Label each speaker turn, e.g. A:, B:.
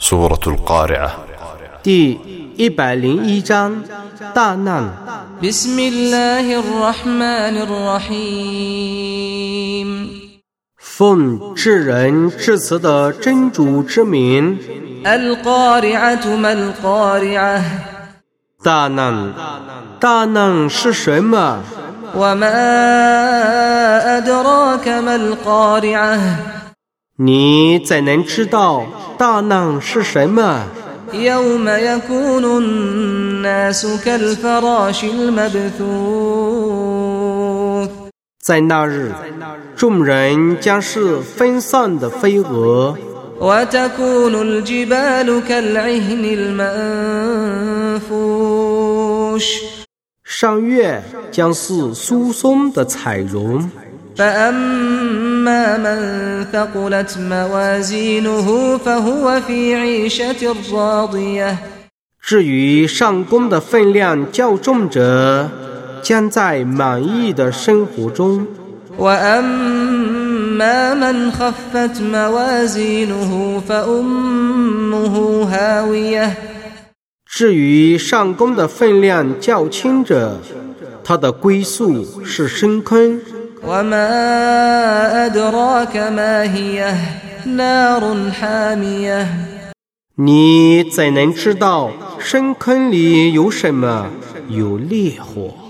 A: سورة القارعة
B: 第一百零一章大难。
C: بسم الله الرحمن الرحيم
B: 奉至仁至慈的真主之名，
C: القارعة ما القارعة
B: 大难！大难是什么？
C: وما أدراك ما القارعة
B: 你怎能知道大难是什么？
C: يوم يكون الناس كالفراش المبثوث
B: 在那日，众人将是分散的飞蛾，
C: وتكون الجبال كالعهن المنفوش
B: 上月将是疏松的彩绒。
C: فأما من ثقلت موازينه فهو في عيشة راضية
B: 至于上供的分量较重者，将在满意的生活中；
C: وأما من خفت موازينه فأمه هاوية
B: 至于上供的分量较轻者，它的归宿是深坑。
C: وما أدراك ما هي نار حامية
B: 你怎能知道深坑里有什么？有烈火。